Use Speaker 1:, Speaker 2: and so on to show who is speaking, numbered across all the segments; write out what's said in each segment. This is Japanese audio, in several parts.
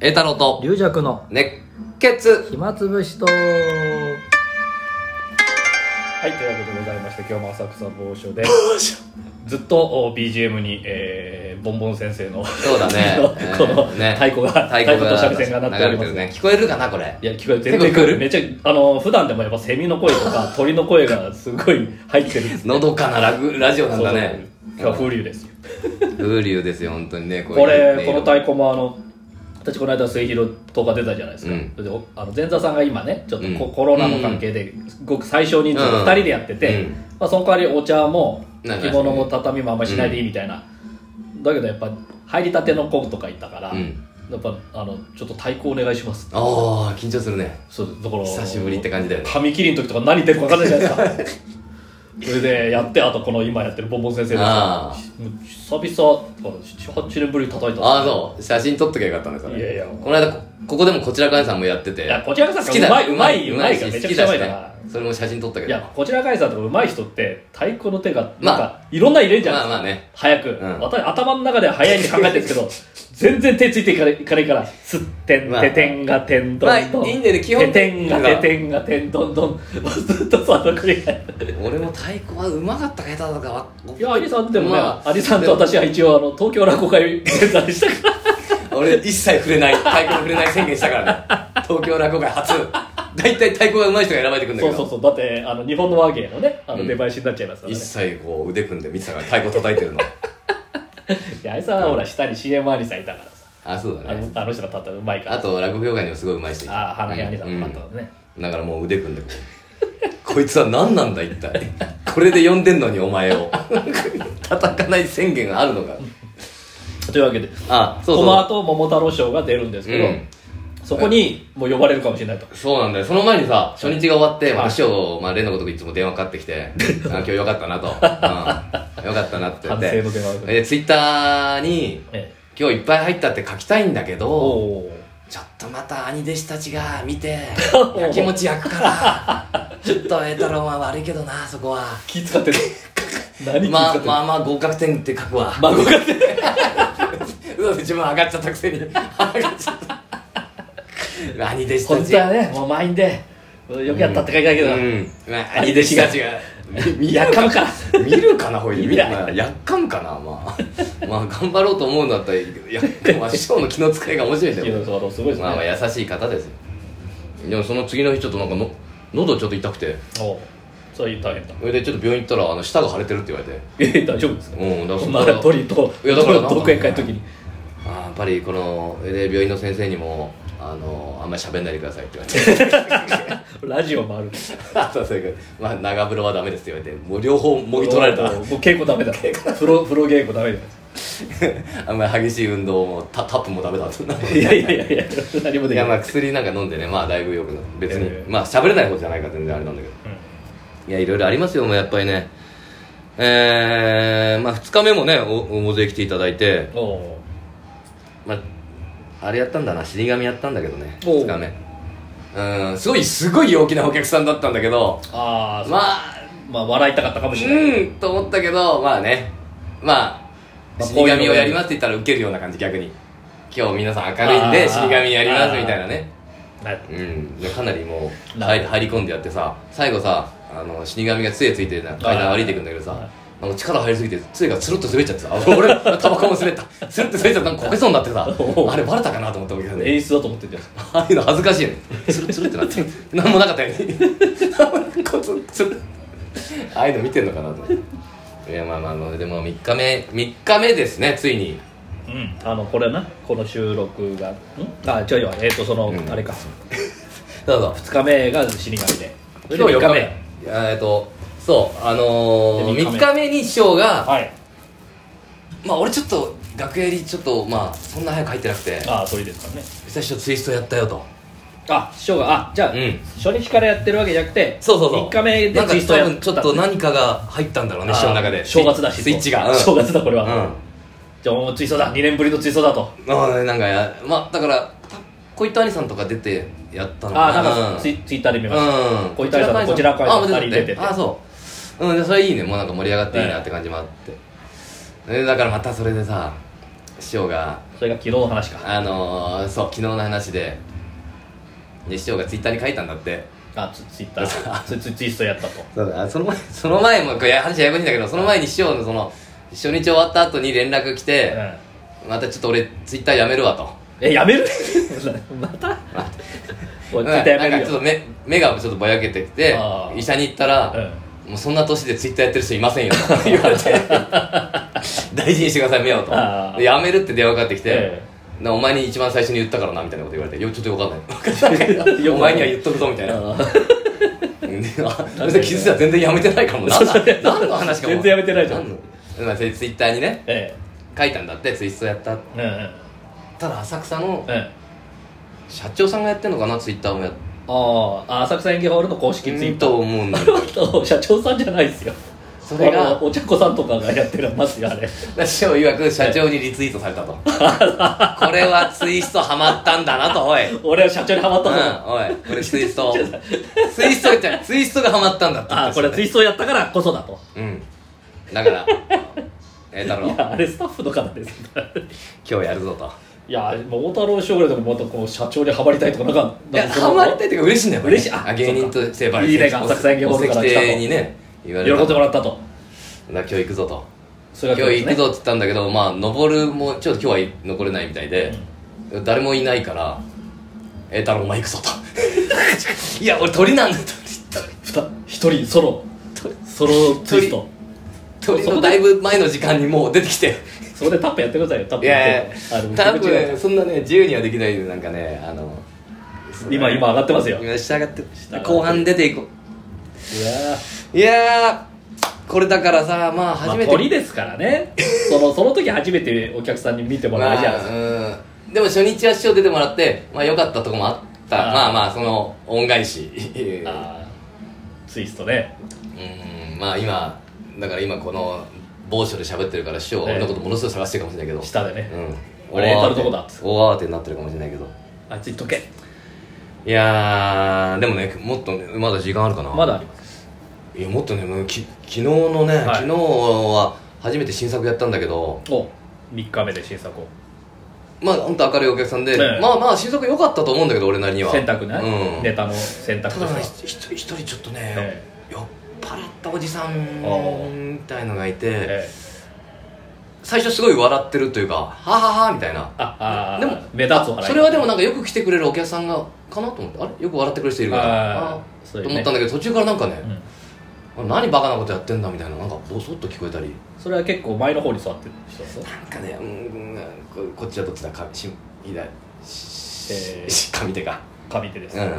Speaker 1: 栄太郎と
Speaker 2: 龍尺の
Speaker 1: 熱血
Speaker 2: 暇つぶしと
Speaker 3: はい、というわけでございまして今日も浅草某所でずっとお BGM に、えーボンボン先生の
Speaker 1: そうだね
Speaker 3: この
Speaker 1: えーね
Speaker 3: 太鼓が
Speaker 1: 太
Speaker 3: 太
Speaker 1: 鼓
Speaker 3: 鼓
Speaker 1: が
Speaker 3: と三味線が鳴っており
Speaker 1: 流
Speaker 3: ま
Speaker 1: れて
Speaker 3: す
Speaker 1: るね聞こえるかなこれ
Speaker 3: いや聞こえて
Speaker 1: 結構聞こえる
Speaker 3: めっちゃあの普段でもやっぱセミの声とか鳥の声がすごい入ってるんです
Speaker 1: のどかなラグラジオなんだね
Speaker 3: そうそう今日は風流ですよ
Speaker 1: 風流ですよ本当にねこ
Speaker 3: これこの太
Speaker 1: イ
Speaker 3: 鼓もあの私この間末広とか出たじゃないですか、
Speaker 1: うん
Speaker 3: でおあの前座さんが今ねちょっとコ,、
Speaker 1: うん
Speaker 3: コロナの関係ですごく最小人数の2人でやってて、
Speaker 1: うん
Speaker 3: まあ、その代わりお茶も
Speaker 1: なんか
Speaker 3: 着物も畳もあんまりしないでいいみたいな、だけどやっぱ入りたての子とかいたから、
Speaker 1: うん
Speaker 3: やっぱあのちょっと太鼓お願いします
Speaker 1: ああ緊張するね
Speaker 3: そうだから
Speaker 1: 久しぶりって感じだよね
Speaker 3: 紙切りの時とか何言ってるか分かんないじゃないです かそれでやってあとこの今やってるボンボン先生です
Speaker 1: あ
Speaker 3: もう久々78年ぶりに叩いた
Speaker 1: ああそう写真撮っときゃよかったねそれ
Speaker 3: いやいや
Speaker 1: この間こここでもこちらかねさんもやってて
Speaker 3: いやこちらかさん
Speaker 1: 好きだ
Speaker 3: うまいうまいうう
Speaker 1: ま
Speaker 3: ま
Speaker 1: い
Speaker 3: い
Speaker 1: し
Speaker 3: からめち
Speaker 1: 好
Speaker 3: ゃく
Speaker 1: き
Speaker 3: ちゃ
Speaker 1: だ
Speaker 3: うま
Speaker 1: し
Speaker 3: いか
Speaker 1: ね
Speaker 3: ら
Speaker 1: それも写真撮ったけ
Speaker 3: い
Speaker 1: ど
Speaker 3: やこちらかいさんとか上手い人って太鼓の手が
Speaker 1: まあ
Speaker 3: なんかいろんな入れんじゃん、
Speaker 1: まあまあね
Speaker 3: 早く、
Speaker 1: ん
Speaker 3: 私頭の中では早いって考えてるんですけ ど全然手ついていかないいかないからすってん
Speaker 1: まあ
Speaker 3: ててんがてんどんどん、
Speaker 1: まあいいんだよね基本
Speaker 3: ててんがててんがてんど んどんずっとその繰り返し
Speaker 1: 俺も太鼓はうまかったか下手だったかわ
Speaker 3: いや、アリさんでもね、
Speaker 1: まあ
Speaker 3: アリさんと私は一応、あの、東京落語会センターでした から。
Speaker 1: 俺一切触れない太鼓に触れない宣言したからね東京落語会初大体太鼓が上手い人が選ばれてくんだ
Speaker 3: そ
Speaker 1: け
Speaker 3: う
Speaker 1: ど
Speaker 3: そうそう。だって、あの、日本の和芸のね、あ
Speaker 1: う
Speaker 3: の、
Speaker 1: ん
Speaker 3: 出囃子になっちゃいますから
Speaker 1: 一
Speaker 3: ね。
Speaker 1: 切こう腕組んで見てたから太鼓叩いて るの
Speaker 3: いや、アリさんはほら、下に CM アリさんいたからさ。
Speaker 1: あそうだ
Speaker 3: あの
Speaker 1: ね
Speaker 3: あの人が立ったらうまいから。
Speaker 1: あと落語業界にもすごい上手い人
Speaker 3: ああ、花火アリさん
Speaker 1: う
Speaker 3: の
Speaker 1: ん
Speaker 3: 方だね。
Speaker 1: だからもう腕組んでこうこいつは何なんだ一体これで呼んでんのにお前を 叩かない宣言があるのか
Speaker 3: というわけで、
Speaker 1: あそう
Speaker 3: この
Speaker 1: そう
Speaker 3: 後、桃太郎賞が出るんですけど、
Speaker 1: うん
Speaker 3: そこに、もう呼ばれるかもしれないと。
Speaker 1: そうなんだよその前にさ初日が終わって、まあ、
Speaker 3: はい
Speaker 1: 師匠、まあ、例のごとくいつも電話かかってき て「あ今日よかったなと」うん「よかったな」って言っ
Speaker 3: 反省
Speaker 1: て
Speaker 3: の電話が。え
Speaker 1: でツイッターに
Speaker 3: え。
Speaker 1: 「今日いっぱい入ったって書きたいんだけ
Speaker 3: お
Speaker 1: ど
Speaker 3: お。
Speaker 1: ちょっとまた兄弟子たちが見 てやきもち焼くからちょっと栄太郎は悪いけどなそこは
Speaker 3: 気使ってる。何気使
Speaker 1: ま
Speaker 3: っ
Speaker 1: あ
Speaker 3: てる
Speaker 1: まあまあ合格点って書くわ
Speaker 3: 孫が ね
Speaker 1: 嘘で自分上がっちゃったくせに 上がっちゃった兄弟子た
Speaker 3: 本
Speaker 1: ち
Speaker 3: 当はね、もう満員で、よくやったって書いてあるけど、
Speaker 1: うんまあ兄弟子たちがみ
Speaker 3: やっかむから。
Speaker 1: 見るかなほいで
Speaker 3: 見ない
Speaker 1: まあやっかんかなまあ まあ頑張ろうと思うんだったらいいけどいやでもまあ師匠の気の使いが面白いんだ
Speaker 3: い
Speaker 1: よ
Speaker 3: やそうそうすごいですね
Speaker 1: まあまあ優しい方ですよでもその次の日ちょっとなんかの喉ちょっと痛くて
Speaker 3: おうそれ大変だ
Speaker 1: それでちょっと病院行ったらあの舌が腫れてるって言われて
Speaker 3: えー大丈夫ですか
Speaker 1: うんだ
Speaker 3: そん
Speaker 1: っ
Speaker 3: な
Speaker 1: から
Speaker 3: 鳥と
Speaker 1: いやだからなんか
Speaker 3: 独演会の時に
Speaker 1: あーやっぱりこので病院の先生にもあのあんまり喋んないでくださいって言われて
Speaker 3: ラジオもある
Speaker 1: あ とそれからまあ長風呂はダメですって言われてもう両方もぎ取られた
Speaker 3: もう稽古ダメだ風呂風呂稽古ダメだ
Speaker 1: あんまり激しい運動もタタップもダメだと
Speaker 3: いやいやいやいや何も
Speaker 1: い
Speaker 3: でき
Speaker 1: やま
Speaker 3: な
Speaker 1: あ
Speaker 3: い
Speaker 1: 薬なんか飲んでねまあだいぶよくな別に、
Speaker 3: ええ
Speaker 1: まあ喋れない方じゃないから全然あれなんだけどいやいろいろありますよもうやっぱりねえー、まあ2日目もねお大勢来ていただいて
Speaker 3: おお
Speaker 1: まああれやったんだな死神やったんだけどね
Speaker 3: お
Speaker 1: 2
Speaker 3: う
Speaker 1: 日目うんすごいすごい陽気なお客さんだったんだけど
Speaker 3: ああ
Speaker 1: ま
Speaker 3: まあ
Speaker 1: あ
Speaker 3: まあ笑いたかったかもしれないけ
Speaker 1: うんと思ったけどまあねまあ
Speaker 3: まあ
Speaker 1: 死
Speaker 3: こういうの
Speaker 1: 神をやりますって言ったらウケるような感じ逆に今日皆さん明るいんで
Speaker 3: あー
Speaker 1: 死神やりますみたいなね
Speaker 3: どはい
Speaker 1: うんでかなりもう
Speaker 3: な
Speaker 1: 入
Speaker 3: る
Speaker 1: り入り込んでやってさ最後さあの死神が杖ついてなんか階段
Speaker 3: は
Speaker 1: 歩
Speaker 3: い
Speaker 1: いていくんだけどさ
Speaker 3: は
Speaker 1: なんか力入りすぎて杖がつるっと滑っちゃってさあ俺タバコも滑ったつるっと滑っちゃってなんかこけそうになってさ
Speaker 3: おう
Speaker 1: あれバレたかなと思ったんだけどね
Speaker 3: 演出だと思ってるじゃん
Speaker 1: ああいうの恥ずかしいねつるつるってなっ て何もなかったようにこつつる ああいうの見てんのかなと思っていやまあまああのでも3日目3日目ですねついに
Speaker 3: うんあのこれなこの収録がんあ違うよえっとその
Speaker 1: うん
Speaker 3: あれか
Speaker 1: どうぞ
Speaker 3: 2日目が死神でそれで
Speaker 1: 今日4
Speaker 3: 三
Speaker 1: 日目えっとそうあのー、
Speaker 3: で三
Speaker 1: 3
Speaker 3: 日目
Speaker 1: 日目に師匠が
Speaker 3: はい
Speaker 1: まあ俺ちょっと楽屋入りちょっとまあそんな早く入ってなくて
Speaker 3: ああそれですからね
Speaker 1: 久々にツイストやったよと
Speaker 3: あ師匠があじゃあ
Speaker 1: うん
Speaker 3: 初日からやってるわけじゃなくて
Speaker 1: そうそうそう
Speaker 3: 3日目で
Speaker 1: なんか
Speaker 3: ツイスト
Speaker 1: 多
Speaker 3: やった
Speaker 1: 分ちょっと何かが入ったんだろうね師匠の中
Speaker 3: あ
Speaker 1: で
Speaker 3: ー正月だし
Speaker 1: スイッチがうん
Speaker 3: 正月だこれは、
Speaker 1: うん
Speaker 3: じゃあもう追走だ2年ぶりの追走だと
Speaker 1: まあねなんかやまあだからた小糸兄さんとか出てやったのかな
Speaker 3: ああなんかツ
Speaker 1: う
Speaker 3: イツイッターで見ました、
Speaker 1: ん
Speaker 3: 小糸兄さんとこちらかいさん
Speaker 1: あもう
Speaker 3: 二人出てて
Speaker 1: あそううんでそれいいねもうなんか盛り上がっていいなって感じもあって、でだからまたそれでさ師匠が
Speaker 3: それが昨日の話か
Speaker 1: あのー、そう昨日の話でで市長がツイッターに書いたんだって
Speaker 3: あツツイッターツイツイツイートやったと
Speaker 1: そうだあその前 その前もこれ話ややこしいんだけどその前に師匠のその初日終わった後に連絡来て、またちょっと俺ツイッターやめるわと
Speaker 3: えやめる またおいツイッターやめ
Speaker 1: なんか
Speaker 3: る
Speaker 1: ちょっ
Speaker 3: よ
Speaker 1: と目目がちょっとぼやけてきて
Speaker 3: あー
Speaker 1: 医者に行ったら、もうそんな年でツイッターやってる人いませんよと 言われて大事にしてください目をと
Speaker 3: あー
Speaker 1: でやめるって電話かかってきて、
Speaker 3: え
Speaker 1: なお前に一番最初に言ったからなみたいなこと言われ ていやちょっと分かんないお前には言っとくぞみたいな
Speaker 3: あ
Speaker 1: であ別に気づいたら全然やめてないか もな何の話かも
Speaker 3: 全然やめてないじゃん
Speaker 1: 何のまあそれツイッターにね
Speaker 3: え
Speaker 1: 書いたんだってツイストやった
Speaker 3: えうんうん
Speaker 1: ただ浅草の
Speaker 3: うん
Speaker 1: 社長さんがやってんのかなツイッターもやっ
Speaker 3: ああ浅草演芸ホールの公式ツイ
Speaker 1: て
Speaker 3: ー
Speaker 1: ると
Speaker 3: ト
Speaker 1: 思うんだ
Speaker 3: あ
Speaker 1: けど
Speaker 3: の社長さんじゃないですよ
Speaker 1: それが
Speaker 3: あのお茶子さんとかがやってるますよあれ
Speaker 1: 師匠曰く社長にリツイートされたとこれはツイストハマったんだなと おいうん
Speaker 3: 俺は社長にハマったぞ
Speaker 1: おいこれツイス トツイストじゃないツイストがハマったんだって言っ
Speaker 3: あ
Speaker 1: て
Speaker 3: あこれはツイストをやったからこそだと
Speaker 1: うんだから え太
Speaker 3: い
Speaker 1: 郎
Speaker 3: やあれスタッフの方です から
Speaker 1: 今日やるぞと
Speaker 3: いや桃太郎将軍でもまたこう社長にハマりたいとかなんか
Speaker 1: いや
Speaker 3: なんかそ
Speaker 1: ハ
Speaker 3: の
Speaker 1: マりたいというか嬉しいんだよやっぱり
Speaker 3: 嬉しいあ
Speaker 1: あ芸人としてバ
Speaker 3: いいね浅草演芸ホ
Speaker 1: お
Speaker 3: ールから来たと
Speaker 1: 席亭にね言われ
Speaker 3: 喜
Speaker 1: た
Speaker 3: ん
Speaker 1: だ
Speaker 3: でも
Speaker 1: から
Speaker 3: ったと
Speaker 1: ら今日行くぞと
Speaker 3: そ
Speaker 1: 今
Speaker 3: れ
Speaker 1: 日
Speaker 3: が
Speaker 1: 行くぞって言ったんだけどまあ登るもちょっと今日は残れないみたいで誰もいないから「え太郎お前行くぞ」と「い や俺鳥なんだ
Speaker 3: 2人1人ソロソロツイスト
Speaker 1: 鳥鳥のだいぶ前の時間にもう出てきて
Speaker 3: そこでタップやってくだ さいよタッ
Speaker 1: い
Speaker 3: プ
Speaker 1: やい や
Speaker 3: あの
Speaker 1: 多
Speaker 3: 口々
Speaker 1: 分
Speaker 3: が
Speaker 1: そんなね自由にはできないでなんかねあの
Speaker 3: 今今上がってますよいや
Speaker 1: 今下がって
Speaker 3: がって
Speaker 1: 後半出ていこう
Speaker 3: ー
Speaker 1: いやーこれだからさまあ
Speaker 3: ま
Speaker 1: 初
Speaker 3: あ
Speaker 1: めて、
Speaker 3: 鳥ですからねそのその時初めてお客さんに見てもらうじゃないですか
Speaker 1: まあうんでも初日は師匠出てもらってまあ良かったとこもあった
Speaker 3: あー
Speaker 1: まあまあその恩返し
Speaker 3: あーツイストね
Speaker 1: うんまあ今だから今この某所で喋ってるから師匠は
Speaker 3: ええ
Speaker 1: 俺のことものすごい探してるかもしれないけど、
Speaker 3: 下でね
Speaker 1: うん
Speaker 3: 俺
Speaker 1: 大慌て
Speaker 3: レンタルどこだっつ
Speaker 1: 大慌てになってるかもしれないけど
Speaker 3: あっち行っとけ
Speaker 1: いやーでもねもっとねまだ時間あるかな
Speaker 3: まだあります
Speaker 1: いやもっとねもうき昨日のね、
Speaker 3: はい
Speaker 1: 昨日は初めて新作やったんだけど
Speaker 3: お3日目で新作を
Speaker 1: まあ本当明るいお客さんで、
Speaker 3: ええ
Speaker 1: まあまあ新作良かったと思うんだけど俺なりには
Speaker 3: 選択ね、
Speaker 1: うん、
Speaker 3: ネタの選択
Speaker 1: た
Speaker 3: と
Speaker 1: だ
Speaker 3: して
Speaker 1: ひ
Speaker 3: は
Speaker 1: ひと一人ちょっとね、
Speaker 3: え
Speaker 1: 酔っ払ったおじさ
Speaker 3: おうん
Speaker 1: みたいのがいて、
Speaker 3: ええ
Speaker 1: 最初すごい笑ってるというか「ははは」みたいな
Speaker 3: ああー
Speaker 1: でも
Speaker 3: 目立つお笑い
Speaker 1: それはでもなんかよく来てくれるお客さんがかなと思ってあれよく笑ってくれる人いるから
Speaker 3: あー
Speaker 1: あー
Speaker 3: そうい
Speaker 1: と
Speaker 3: うね
Speaker 1: 思ったんだけど途中からなんか
Speaker 3: う
Speaker 1: ね、
Speaker 3: ん
Speaker 1: 何バカなことやってんだみたいななんかボソッと聞こえたり
Speaker 3: それは結構前の方に座ってる人ですよ
Speaker 1: なんかねうんうんここっちはどっちだかし左
Speaker 3: えー
Speaker 1: し上手か
Speaker 3: 上手です、
Speaker 1: うん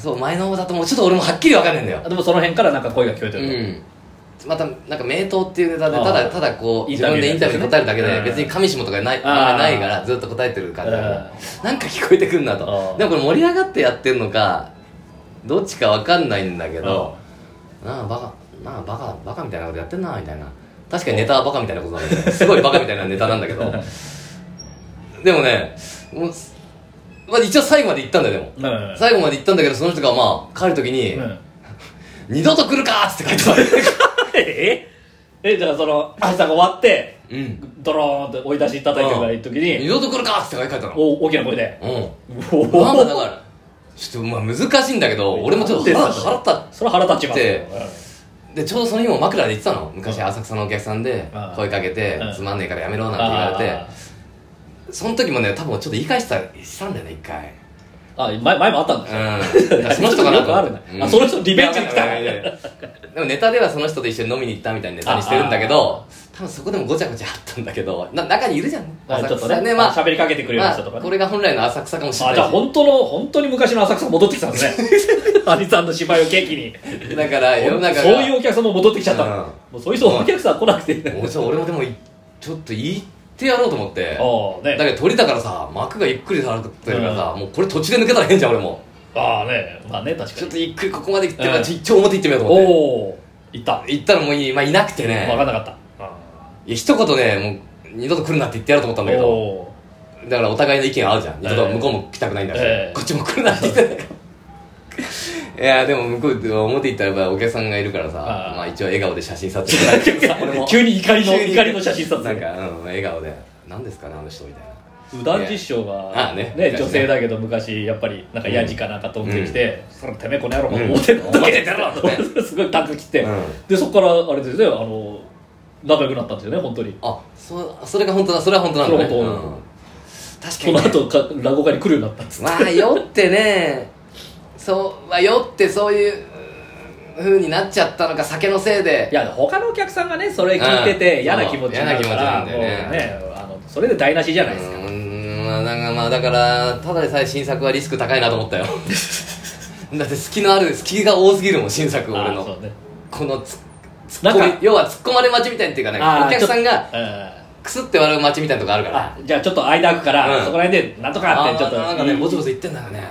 Speaker 1: そう前の方だともうちょっと俺もはっきり分かんないんだよ
Speaker 3: あでもその辺からなんか声が聞こえてる、
Speaker 1: うん、またなんか名刀っていうネタで
Speaker 3: あー
Speaker 1: ただただこう
Speaker 3: イン
Speaker 1: 自
Speaker 3: タビュ
Speaker 1: 分
Speaker 3: ー
Speaker 1: でインタビューに答えるだけ
Speaker 3: です
Speaker 1: で
Speaker 3: ね
Speaker 1: 別に上下とかない
Speaker 3: あー
Speaker 1: あんまりないからずっと答えてる感じだから
Speaker 3: あ
Speaker 1: なんか聞こえてくんなと
Speaker 3: あー
Speaker 1: でもこれ盛り上がってやってんのかどっちかわかんないんだけどなあバカなあバカバカみたいなことやってんなみたいな確かにネタはバカみたいなことなんだけどすごいバカみたいなネタなんだけどでもねもう、まあ、一応最後まで行ったんだよでも
Speaker 3: うんうん
Speaker 1: 最後まで行ったんだけどその人がまあ帰る時に、
Speaker 3: うん
Speaker 1: 二度と来るかーっつって書いてた。
Speaker 3: ええじゃあその朝が終わって
Speaker 1: うん。
Speaker 3: ドローンって追い出し叩いてくらいの時
Speaker 1: 二
Speaker 3: に
Speaker 1: 度と来るかーっつって書いてたの。
Speaker 3: お大きな声で
Speaker 1: う
Speaker 3: お
Speaker 1: ん。なんだだから、ちょっとまあ難しいんだけど、俺もちょっと腹腹立っ
Speaker 3: それは腹立ちますよ
Speaker 1: でで、ちょうどその日も枕で言ってたの。昔
Speaker 3: うん
Speaker 1: 浅草のお客さんで
Speaker 3: ああ
Speaker 1: 声かけて
Speaker 3: う、ん
Speaker 1: つまんねえからやめろ
Speaker 3: う
Speaker 1: なんんて言われ
Speaker 3: あ
Speaker 1: て、その時もね、多分ちょっと言い返したしたんだよね、一回。
Speaker 3: ーあ前前もあったんですよ
Speaker 1: うん。だからその人かな
Speaker 3: よくあるねあその人リベンジに来た
Speaker 1: いやいやいやいや でもネタではその人と一緒に飲みに行ったみたいなネタにしてるんだけど、多分そこでもごちゃごちゃあったんだけど、な中にいるじゃん。
Speaker 3: あちょっ
Speaker 1: 浅
Speaker 3: と
Speaker 1: 草
Speaker 3: ね
Speaker 1: まあ
Speaker 3: 喋りかけてくれる
Speaker 1: まあ
Speaker 3: 人とか
Speaker 1: こ
Speaker 3: ね
Speaker 1: れが本来の浅草かもしれな
Speaker 3: あ
Speaker 1: い
Speaker 3: じゃあ
Speaker 1: し
Speaker 3: 本当の本当に昔の浅草戻ってきたん ですね兄さんの芝居を契機に
Speaker 1: だから世の中が
Speaker 3: そういうお客さんも戻ってきちゃったの、
Speaker 1: うん
Speaker 3: もうそういう人お客さん来なくていいね
Speaker 1: もうちょっと俺もでもいちょっと言ってやろうと思って
Speaker 3: ああ
Speaker 1: だけ
Speaker 3: ね
Speaker 1: ど鳥だからさ幕がゆっくり下がってるからさ、もうこれ途中で抜けたら変じゃん俺も
Speaker 3: ああねまあね確
Speaker 1: ち
Speaker 3: か
Speaker 1: ょっ
Speaker 3: に
Speaker 1: とゆっくりここまで来て、
Speaker 3: うん
Speaker 1: 一応表行ってみようと
Speaker 3: お
Speaker 1: 思っ
Speaker 3: お行った
Speaker 1: て行ったらもうい,、まあ、いなくて
Speaker 3: 分か
Speaker 1: ね
Speaker 3: んなかったあ
Speaker 1: いや一言ねもう二度と来るなって言ってやろうと思ったんだけ
Speaker 3: ー
Speaker 1: ど
Speaker 3: お
Speaker 1: だからお互いの意見合うじゃん
Speaker 3: え
Speaker 1: 二
Speaker 3: え
Speaker 1: 度と向こうも来たくないんだし、
Speaker 3: ええ
Speaker 1: こっちも来るなって言ってないから いやでも向こう表行ったらやっぱお客さんがいるからさ
Speaker 3: ああ
Speaker 1: まあ一応笑顔で写真撮影されてるから俺も
Speaker 3: ー急に怒りの
Speaker 1: 急に
Speaker 3: 怒りの写真撮
Speaker 1: なん
Speaker 3: 影
Speaker 1: か、うん、笑顔で。なん何ですかねあの人みたいな
Speaker 3: うだん師匠が
Speaker 1: ああね昔ね
Speaker 3: 女性だけど昔やっぱりなんかやじかなんか飛んできて「そらてめえこの野郎
Speaker 1: うん
Speaker 3: 思ってんだ
Speaker 1: 表
Speaker 3: け
Speaker 1: 出ろ
Speaker 3: どすごいタッグ切って、
Speaker 1: うん
Speaker 3: でそこからあれですよねあの仲良くなったんですよね本当に
Speaker 1: あそそれが本当だそれは本当なんだね
Speaker 3: それは
Speaker 1: うん
Speaker 3: 本
Speaker 1: 確か
Speaker 3: そ
Speaker 1: に、
Speaker 3: の
Speaker 1: ね、
Speaker 3: 後か落語家に来るようになったんです
Speaker 1: まあ酔ってねそう、まあ、酔ってそういううーん風になっちゃったのか酒のせいで
Speaker 3: いや他のお客さんがねそれ聞いてて
Speaker 1: うん
Speaker 3: 嫌な気持ちになるか
Speaker 1: 嫌な
Speaker 3: ら
Speaker 1: 気持ち
Speaker 3: もう
Speaker 1: なんだよね
Speaker 3: ねあのそれで台無しじゃないですか
Speaker 1: うーんまあなんかまあだからただでさえ新作はリスク高いなと思ったよ だって好きのある好きが多すぎるもん新作俺
Speaker 3: あ
Speaker 1: の
Speaker 3: そうね
Speaker 1: このつツ
Speaker 3: な
Speaker 1: ッ
Speaker 3: んか
Speaker 1: コミ要は突っ込まれ待ちみたいっていうかね
Speaker 3: あー
Speaker 1: お客さんが
Speaker 3: ちょっとうん
Speaker 1: クスって笑う待ちみたいなとこあるから
Speaker 3: あじゃあちょっと間空くから、
Speaker 1: うん
Speaker 3: そこら辺でなんとかってちょっと
Speaker 1: あーなんかね
Speaker 3: いい
Speaker 1: ぼつぼつ言ってんだがね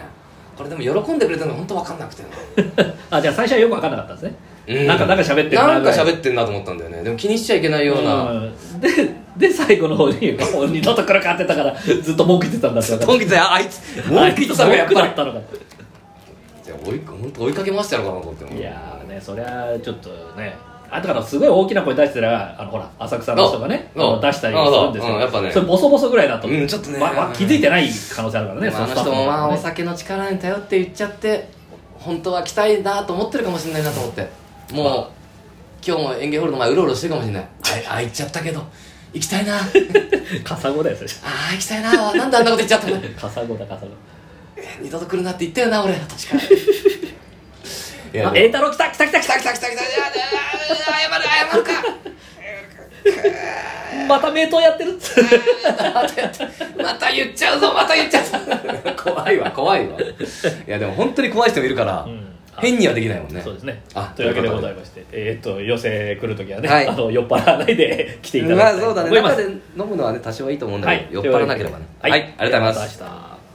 Speaker 1: これでも喜んでくれてるの本当わかんなくてね
Speaker 3: あじゃあ最初はよく分かんなかったんですね、
Speaker 1: うん
Speaker 3: なんかなんか喋ってる
Speaker 1: なんか
Speaker 3: っ
Speaker 1: 喋ってんなと思ったんだよねでも気にしちゃいけないような、
Speaker 3: でで最後の方に 「もう二度と来るか」って言ったからずっと文句言ってたんだって
Speaker 1: ドンキさんあいつ
Speaker 3: あ
Speaker 1: 文
Speaker 3: い
Speaker 1: 句言っ
Speaker 3: つ
Speaker 1: てたのがやっぱ
Speaker 3: 文句
Speaker 1: り
Speaker 3: だったのか
Speaker 1: じゃあ追い本当追いかけ回してやろうかなと思って
Speaker 3: いやーねそりゃちょっとねあだからすごい大きな声出してたらあのほら浅草の人がね
Speaker 1: あ
Speaker 3: あの出したりするんです
Speaker 1: あそ
Speaker 3: け
Speaker 1: ううんやっぱね
Speaker 3: それボソボソぐらいだと、
Speaker 1: うんちょっとね
Speaker 3: わわ気づいてない可能性あるからね
Speaker 1: まああの
Speaker 3: スタ
Speaker 1: 人
Speaker 3: ッフ
Speaker 1: もまあお
Speaker 3: ね
Speaker 1: 酒の力に頼って言っちゃって本当は来たいなと思ってるかもしれないなと思ってもう今日も演芸ホールの前うろうろしてるかもしれないああ行っちゃったけど行きたいなあ
Speaker 3: カサゴだよそれ
Speaker 1: あ行きたいななんであんなこと言っちゃったの
Speaker 3: カサゴだカサゴ
Speaker 1: 二度と来るなって言ったよな俺確かい
Speaker 3: あ
Speaker 1: や
Speaker 3: 栄太郎来た来た来た来
Speaker 1: 来た来た来た来た謝る謝るか
Speaker 3: たまた名刀やってるっつって
Speaker 1: また言っちゃうぞまた言っちゃうぞ怖いわ怖いわいやでも本当に怖い人もいるから、
Speaker 3: ん
Speaker 1: 変にはできないもんね
Speaker 3: そうですね
Speaker 1: あ
Speaker 3: というわけでございましてえーっと寄席来る時はね、
Speaker 1: はい
Speaker 3: あの酔っ払わないで来ていただき
Speaker 1: ま
Speaker 3: たい
Speaker 1: あそうだね
Speaker 3: と思いま
Speaker 1: 中
Speaker 3: す
Speaker 1: で飲むのはね多少はいいと思うんだ
Speaker 3: は
Speaker 1: け
Speaker 3: い
Speaker 1: ど、酔っ払わなければね
Speaker 3: はい、
Speaker 1: ありがとうございます
Speaker 3: た明日